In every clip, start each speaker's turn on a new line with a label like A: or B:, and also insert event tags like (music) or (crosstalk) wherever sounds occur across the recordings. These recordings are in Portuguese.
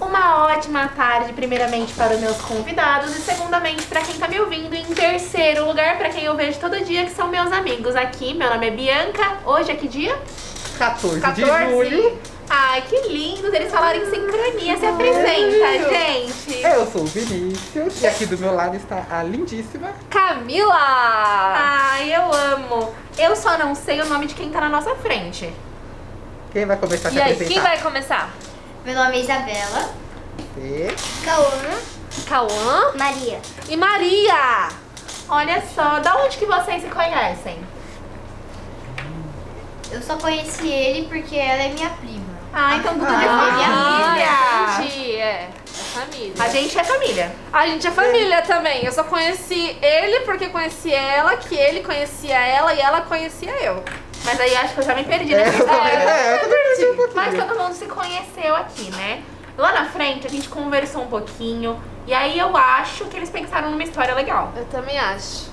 A: Uma ótima tarde, primeiramente para os meus convidados e segundamente para quem tá me ouvindo e em terceiro lugar para quem eu vejo todo dia que são meus amigos aqui. Meu nome é Bianca. Hoje é que dia?
B: 14, é de
A: 14.
B: julho.
A: Ai, que lindo! Eles falaram em sincronia. Se
B: É.
A: apresenta, gente.
B: Eu sou o Vinícius e aqui do meu lado está a lindíssima.
C: Camila!
A: Ai, eu amo. Eu só não sei o nome de quem tá na nossa frente.
B: Quem vai começar a se
C: e aí,
B: apresentar?
C: quem vai começar?
D: Meu nome é Isabela.
B: Você.
D: Cauã.
C: Cauã
D: Maria.
C: e Maria!
A: Olha só, da onde que vocês se conhecem?
D: Eu só conheci ele porque ela é minha prima.
A: Ah, então tudo de
B: Ah,
C: Ah,
A: família.
C: entendi, é. É família.
A: A gente é família.
C: A gente é família também. Eu só conheci ele porque conheci ela, que ele conhecia ela e ela conhecia eu.
A: Mas aí acho que eu já me perdi
B: É,
A: nessa
B: eu também,
A: história.
B: é, eu também perdi um pouquinho.
A: Mas todo mundo se conheceu aqui, né? Lá na frente a gente conversou um pouquinho. E aí eu acho que eles pensaram numa história legal.
C: Eu também acho.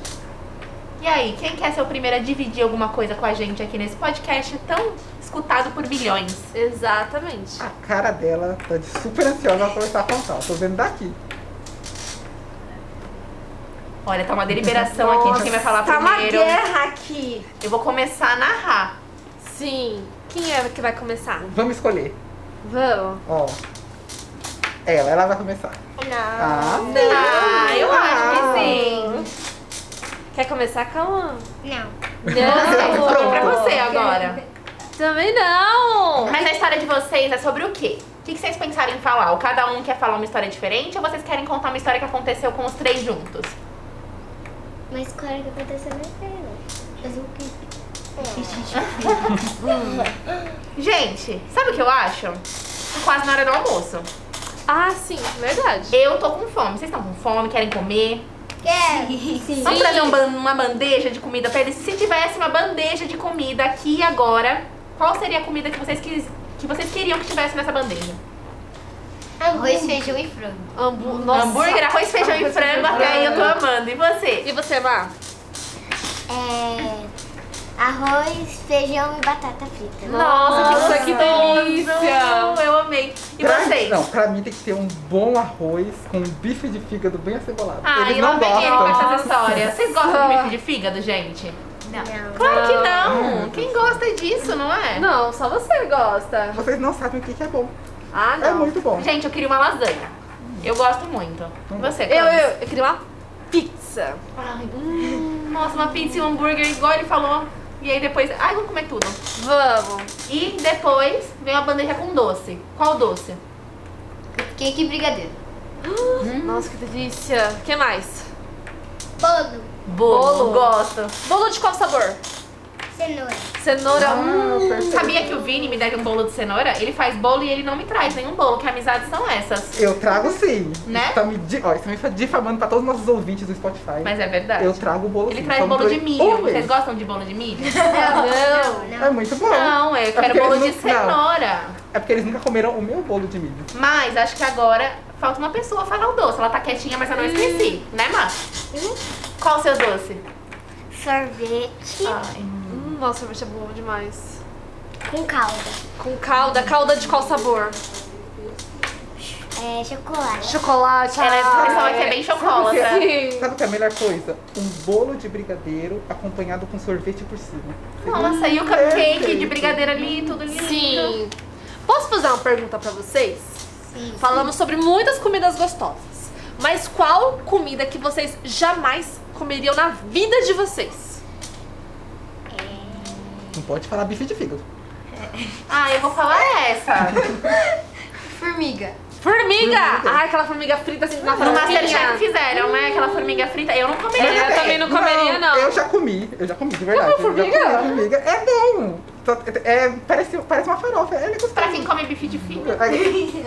A: E aí, quem quer ser o primeiro a dividir alguma coisa com a gente aqui nesse podcast tão escutado por bilhões?
C: Exatamente.
B: A cara dela tá de super ansiosa pra começar a contar. Tô vendo daqui.
A: Olha, tá uma deliberação aqui de quem vai falar
C: tá
A: primeiro.
C: uma guerra aqui.
A: Eu vou começar a narrar.
C: Sim. Quem é que vai começar?
B: Vamos escolher.
C: Vamos.
B: Ó. Ela, ela vai começar. Ah,
A: Ah, eu acho que sim.
C: Quer começar, Cauã?
D: Não.
A: Vou
C: Não. é
A: Sobrar pra você agora.
C: Também não.
A: Mas a história de vocês é sobre o quê? O que que vocês pensaram em falar? Ou cada um quer falar uma história diferente ou vocês querem contar uma história que aconteceu com os três juntos?
E: Mas claro que aconteceu na um escola. Mas o que?
A: Gente, sabe o que eu acho? Tá Quase na hora do almoço.
C: Ah, sim, verdade.
A: Eu tô com fome. Vocês estão com fome? Querem comer?
E: Quer?
A: Vamos trazer um ban- uma bandeja de comida pra eles? Se tivesse uma bandeja de comida aqui e agora, qual seria a comida que vocês, quis, que vocês queriam que tivesse nessa bandeja?
D: (laughs) Arroz, feijão e frango.
C: Hambu- Nossa.
A: Hambúrguer, arroz, feijão e frango, até aí eu tô amando. E você?
C: E você, Mar?
E: É. Arroz, feijão e batata frita.
C: Nossa, que delícia!
A: Eu amei. E
B: pra
A: vocês?
B: Não, pra mim tem que ter um bom arroz com um bife de fígado bem acebolado.
A: Ah,
B: Eles
A: e lá
B: não
A: vem ele com
B: gostam.
A: essas histórias. Vocês gostam de bife de fígado, gente? Claro que não! Quem gosta disso, não é?
C: Não, só você gosta.
B: Vocês não sabem o que que é bom.
C: Ah,
B: É
C: não.
B: muito bom.
A: Gente, eu queria uma lasanha. Eu gosto muito. E Você,
C: Eu,
A: Clóvis?
C: eu, eu queria uma pizza.
A: Ai, hum, nossa, uma pizza e um hambúrguer, igual ele falou. E aí depois, ai, vamos comer tudo.
C: Vamos.
A: E depois vem uma bandeja com doce. Qual doce?
D: Cake e brigadeiro.
C: Hum. Nossa, que delícia. O que mais?
E: Bolo,
A: Bolo.
C: Bolo.
A: Gosto.
C: Bolo de qual sabor?
E: cenoura.
C: Cenoura.
B: Ah,
C: hum.
B: perfeito.
A: Sabia que o Vini me deve um bolo de cenoura? Ele faz bolo e ele não me traz nenhum bolo. Que amizades são essas?
B: Eu trago sim.
A: Né?
B: Isso tá me, di- ó, isso me tá difamando pra todos os nossos ouvintes do Spotify.
A: Mas é verdade.
B: eu trago o bolo
A: Ele
B: sim.
A: traz
B: Só não
A: bolo de
B: trouxe um
A: milho. Vocês
B: mês.
A: gostam de bolo de milho?
C: Não.
B: É muito bom.
A: Não, eu quero
B: porque
A: bolo de
B: eles não- não.
A: cenoura.
B: É porque eles nunca comeram o meu bolo de milho.
A: Mas acho que agora falta uma pessoa falar o doce. Ela tá quietinha, mas eu não esqueci, né, Má? Qual o seu doce?
E: Sorvete
A: Ai.
C: Hum, nossa, sorvete é bom demais.
E: com calda.
C: Com calda. Calda de qual sabor?
E: É chocolate.
C: Chocolate.
A: Ela é
C: ai.
A: pessoal que é bem chocolate.
C: (laughs) Sim.
B: Sabe o que é a melhor coisa? Um bolo de brigadeiro acompanhado com sorvete por cima.
A: Nossa, e o cupcake de
B: Perfeito.
A: brigadeiro ali, tudo lindo.
C: Sim. Posso fazer uma pergunta pra vocês?
D: assim,
C: Sim. Falamos sobre muitas comidas gostosas. Mas qual comida que vocês jamais comeriam na vida de vocês?
B: Não pode falar bife de fígado.
A: Ah, eu vou falar essa.
D: Formiga.
C: Formiga! Ah, aquela formiga frita assim na
A: No
C: forminha.
A: Masterchef
B: (laughs)
A: fizeram, né? Aquela formiga frita. Eu não né?
C: É,
A: comeria.
C: eu também não comeria, não.
B: Eu já comi, eu já comi, de verdade.
C: Você comeu
B: Eu já
C: formiga?
B: comi formiga. É bom. Só- É, é- parece, parece uma farofa. É gostoso. É,
A: Pra quem come bife de fígado.
B: Aí,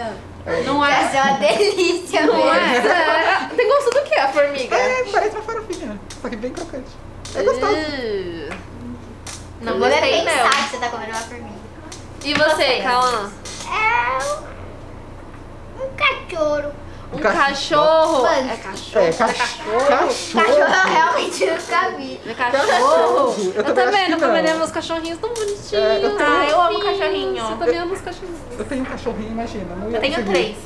A: Não é?
D: Mas é uma delícia
A: Não
D: mesmo.
A: é?
C: É, Tem gosto do que a formiga?
B: é, parece uma farofinha. Só que bem crocante. É gostoso.
C: Ih.
A: Não
D: Não é
A: gostei,
D: pensar
A: não.
D: que você tá comendo uma formiga.
C: E você, Cauã?
E: É um- um cachorro.
C: Um
B: Ca-
C: cachorro.
D: Mano.
C: É cachorro.
B: É, cachorro.
D: Cachorro eu
B: Cachorro.
D: realmente nunca vi.
C: É cachorro.
B: Eu também
C: Eu
B: acho
C: também
B: que
C: não comeria
B: não.
C: meus cachorrinhos tão bonitinhos.
B: É, eu também.
A: Ah, eu amo cachorrinho.
C: Você também ama os cachorrinhos.
B: Eu tenho um cachorrinho, imagina. Não ia
A: Eu tenho
B: conseguir.
A: três.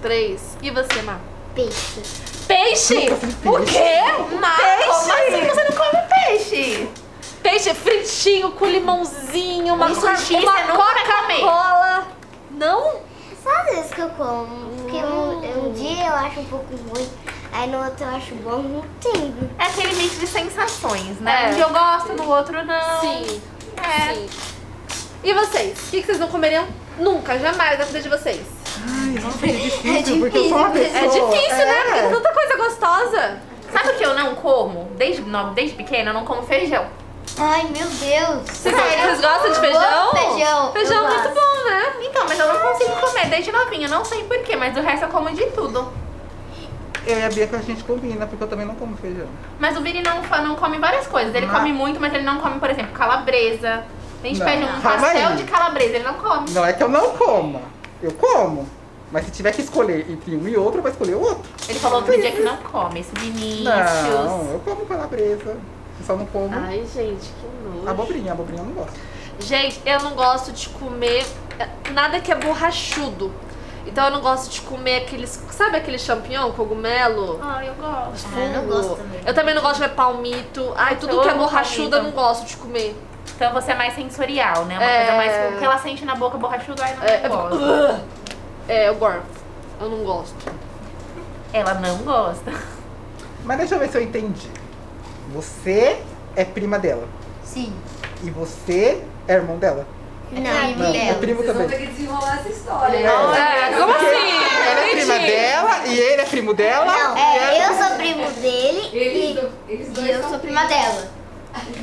C: Três. E você, Má?
E: Peixe.
C: Peixe?
B: Nunca fui
C: O
B: peixe.
C: quê?
A: Mas como assim você não come peixe?
C: Peixe fritinho, com limãozinho, uma,
A: Um sushi,
C: uma
A: você nunca vai comer.
C: Coca-Cola. Não?
E: Só às vezes que eu como. Porque um, um dia eu acho um pouco ruim, aí no outro eu acho bom, não tenho.
A: É aquele mix de sensações, né?
C: É.
A: Um dia eu gosto, no outro não.
C: Sim.
A: É.
C: Sim. E vocês? O que que vocês não comeriam nunca, jamais na vida de vocês?
B: Ai, nossa, é difícil, porque eu sou uma pessoa.
C: É difícil, né? Porque
B: É.
C: tem tanta coisa gostosa.
A: Sabe o que eu não como? Desde, no- desde pequena eu não como feijão. É
D: Ai, meu Deus.
C: Vocês, vocês gostam de
D: Eu
C: feijão?
D: amo feijão.
C: Feijão
D: Eu
C: é muito
D: gosto.
C: bom, né?
A: Então, mas eu não consigo comer desde novinha, não sei porquê, mas o resto eu como de tudo.
B: É. Eu e a Bia que a gente combina, porque eu também não como feijão.
A: Mas o Vini não, fa- não come várias coisas. Ele
B: Mas-
A: come muito, mas ele não come, por exemplo, calabresa. A gente
B: Não.
A: pede um
B: Calma aí.
A: pastel de calabresa, ele não come.
B: Não é que eu não como. Eu como. Mas se tiver que escolher entre um e outro, eu vou escolher o outro.
A: Ele falou outro dia que não é come, esse Vinícius.
B: Não, eu como calabresa. Eu só não como
C: Ai, gente, que nojo.
B: abobrinha. Abobrinha eu não gosto.
C: Gente, eu não gosto de comer eh, nada que é borrachudo. Então eu não gosto de comer aqueles. Sabe aquele champignon, cogumelo?
A: Ai, eu gosto.
D: Ah, eu não
C: Fungo.
D: gosto também.
C: Eu também não gosto de comer palmito. Ai, tudo
A: eu
C: que é
A: amo
C: borrachudo eu
A: palmito.
C: não gosto de comer.
A: Então você é mais sensorial, né? Uma
C: É.
A: coisa mais. O que ela sente na boca borrachuda, ai, não
C: É, eu fico,
A: gosta.
C: "Ugh". É, eu gosto. Eu não gosto.
A: Ela não gosta.
B: Mas deixa eu ver se eu entendi. Você é prima dela.
D: Sim.
B: E você é irmão dela.
D: Não,
B: Não, é
D: dela.
B: primo também.
F: que desenrolar essa história.
B: É.
F: Não,
C: É, como assim?
B: Ela é prima
C: Entendi.
B: dela e ele é primo dela.
E: Não,
B: e ela...
E: é, eu sou primo dele
F: Eles,
E: e
F: do- eles
D: E
F: dois
D: eu
F: são
D: sou prima dela.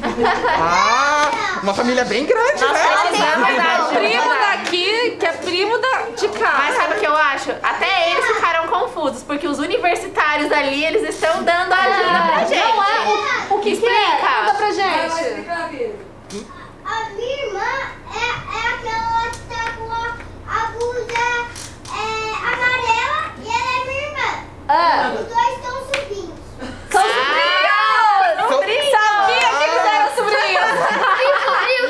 C: É.
B: Ah, uma família bem grande, né?
A: Na verdade,
C: Primo daqui, que é primo da, de cá.
A: Mas sabe o que eu acho? Até eles ficaram confusos, porque os universitários ali, eles estão dando ajuda pra gente. Não é o, o que
C: Conta
A: explica.
C: pra
F: Vai lá
C: gente.
F: explicar, Bia.
E: A minha irmã é, é aquela que tá com a, a blusa é, amarela e ela é minha irmã.
C: Ah,
E: Os dois estão subindo.
C: são sobrinhos!
B: São- Ah,
C: Sabia que eles
B: tá
C: eram sobrinhos!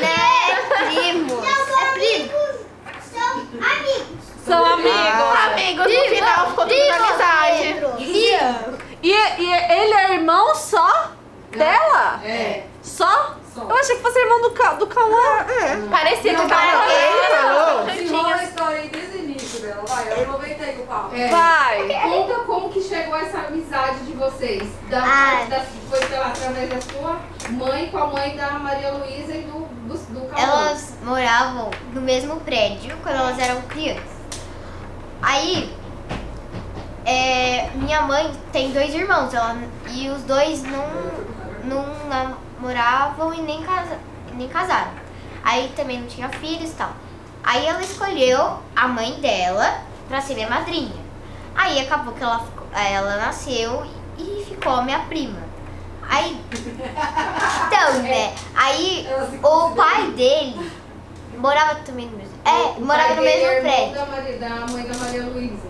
D: Não,
E: Né?
D: é primo.
E: São amigos, são amigos.
C: São amigos.
A: Ah, Amigos, no final ficou tudo na amizade.
E: Pedro.
C: E, e ele é irmão só dela?
F: É.
C: Só?
F: Só.
C: Eu achei que fosse irmão do, Ca- do Cauã.
A: Parecia que
F: Não,
A: tava
F: mas
B: ele falou.
F: Desenrola a história aí desde o início dela. Vai, aproveita aí o papo.
C: Vai.
F: É. Conta como que chegou essa amizade de vocês. Da,
D: é.
E: Ah.
F: da- foi pela, através da sua mãe com a mãe da Maria Luísa e do, do, do Cauã.
D: Elas moravam no mesmo prédio quando elas eram crianças. Aí, é, minha mãe tem dois irmãos ela, e os dois não, não namoravam e nem, casa, nem casaram. Aí também não tinha filhos e tal. Aí ela escolheu a mãe dela pra ser minha madrinha. Aí acabou que ela, ficou- ela nasceu e ficou a minha prima. Aí.
F: (laughs)
D: Então, né? Aí
F: É. Ela se
D: o
F: considera-
D: pai dele morava também no mesmo. É,
F: O
D: morava
F: pai
D: no
F: dele é
D: mesmo
F: irmão
D: prédio.
F: Da, Maria, da mãe da Maria Luísa.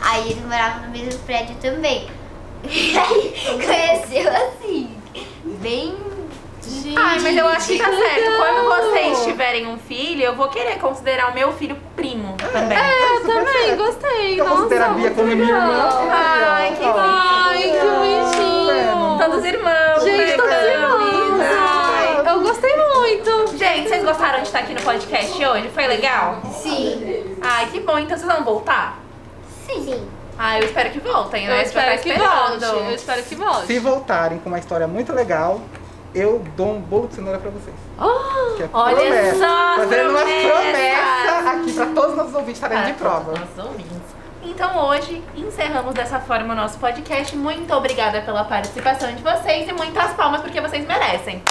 D: Aí ele morava no mesmo prédio também. (laughs) E aí
F: Então,
D: conheceu assim, bem.
A: Ai, mas eu acho que tá certo.
C: legal.
A: Quando vocês tiverem um filho, eu vou querer considerar o meu filho primo também.
B: É.
C: Eu também gostei.
B: Eu considero a
C: Nossa,
B: Bia como
C: muito
B: minha
C: legal.
B: irmã.
A: Ai, que
C: Ai, que
B: é,
C: bonitinho.
A: Todos irmãos, né,
C: Gente, todos
A: Gabi?
C: irmãos.
A: Ai.
C: Ai, Eu gostei muito.
A: Gente, vocês gostaram de estar aqui no podcast hoje? Foi legal?
D: Sim.
A: Ai, que bom. Então vocês vão voltar?
E: Sim.
A: Ah, eu espero que voltem, né?
C: Eu espero
A: tá
C: que
A: esperando.
C: volte. Eu espero que
B: Se
C: volte.
B: voltarem com uma história muito legal, eu dou um bolo de cenoura pra vocês.
C: Ah,
B: Que é
A: Olha
B: promessa.
A: só,
B: Fazendo uma
A: promessa.
B: promessa aqui pra todos os nossos ouvintes estarem de prova.
A: Para todos os ouvintes. Então hoje encerramos dessa forma o nosso podcast. Muito obrigada pela participação de vocês e muitas palmas porque vocês merecem.